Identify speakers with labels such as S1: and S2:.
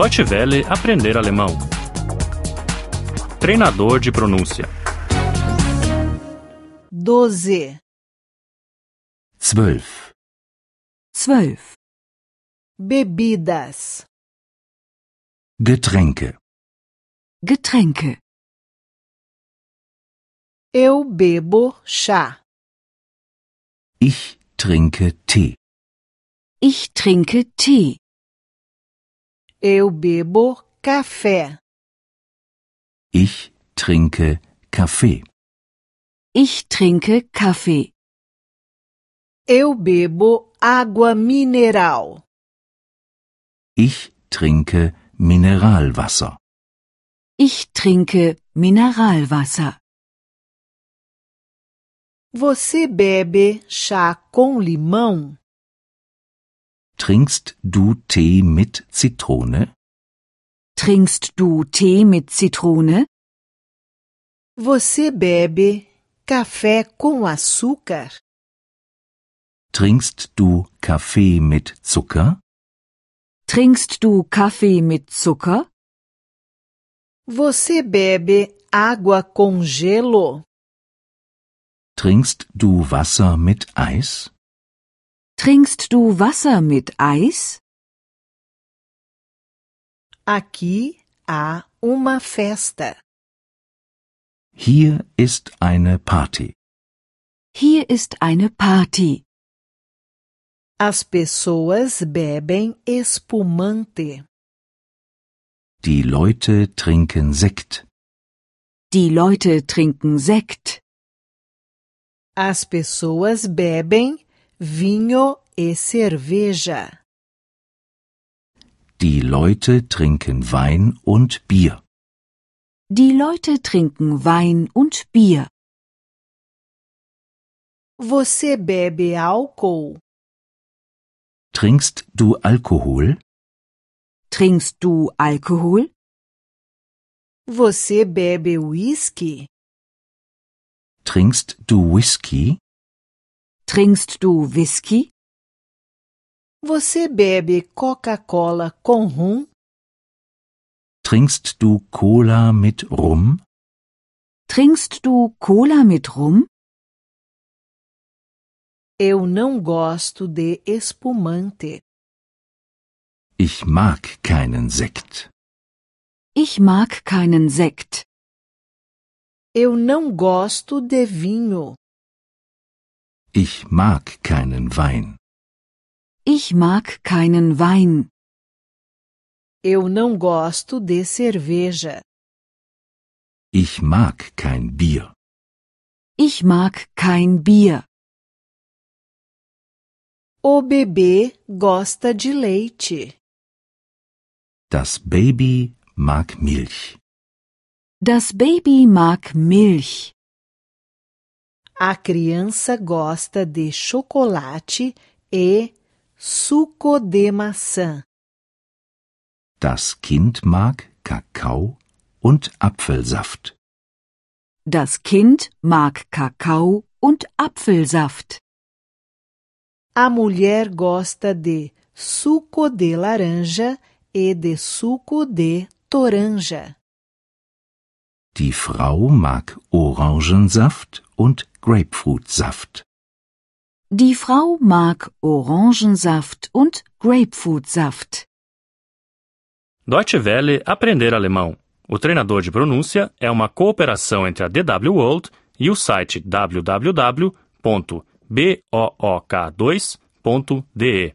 S1: Deutsche Welle aprender alemão. Treinador de pronúncia.
S2: doze,
S3: zwölf,
S4: 12.
S2: bebidas,
S3: Getränke,
S4: Getränke.
S2: eu bebo chá,
S3: ich trinke Tee,
S4: Ich trinke Tee.
S2: eu bebo café,
S3: ich trinke Kaffee,
S4: Ich trinke Kaffee.
S2: eu bebo água mineral,
S3: ich trinke Mineralwasser,
S4: Ich trinke Mineralwasser.
S2: você bebe chá com limão,
S3: trinkst du Tee mit Zitrone,
S4: Trinkst du Tee mit Zitrone?
S2: você bebe café com açúcar,
S3: trinkst du Kaffee mit Zucker,
S4: Trinkst du Kaffee mit Zucker?
S2: você bebe água com gelo,
S3: trinkst du Wasser mit Eis,
S4: Trinkst du Wasser mit Eis?
S2: aqui há uma festa.
S3: hier ist eine Party,
S4: Hier ist eine Party.
S2: As pessoas bebem espumante.
S3: die Leute trinken Sekt,
S4: Die Leute trinken Sekt.
S2: As pessoas bebem vinho e cerveja.
S3: die Leute trinken Wein und Bier,
S4: Die Leute trinken Wein und Bier.
S2: Você bebe álcool?
S3: trinkst du Alkohol,
S4: Trinkst du Alkohol?
S2: Você bebe uísque?
S3: trinkst du Whisky,
S4: Trinkst du Whisky?
S2: Você bebe Coca-Cola com rum?
S3: Trinkst du Cola mit Rum?
S4: Trinkst du Cola mit Rum?
S2: Eu não gosto de espumante.
S3: Ich mag keinen Sekt.
S4: Ich mag keinen Sekt.
S2: Eu não gosto de vinho.
S3: Ich mag keinen Wein.
S4: Ich mag keinen Wein.
S2: Eu não gosto de cerveja.
S3: Ich mag kein Bier.
S4: Ich mag kein Bier.
S2: O bebê gosta de leite.
S3: Das Baby mag Milch.
S4: Das Baby mag Milch.
S2: A criança gosta de chocolate e suco de maçã.
S3: Das Kind mag Kakao und Apfelsaft.
S4: Das Kind mag Kakao und Apfelsaft.
S2: A mulher gosta de suco de laranja e de suco de toranja.
S3: Die Frau mag Orangensaft und Grapefruitsaft.
S4: Die Frau mag Orangensaft und Grapefruitsaft.
S1: Deutsche Welle aprender alemão. O treinador de pronúncia é uma cooperação entre a DW World e o site www.book2.de.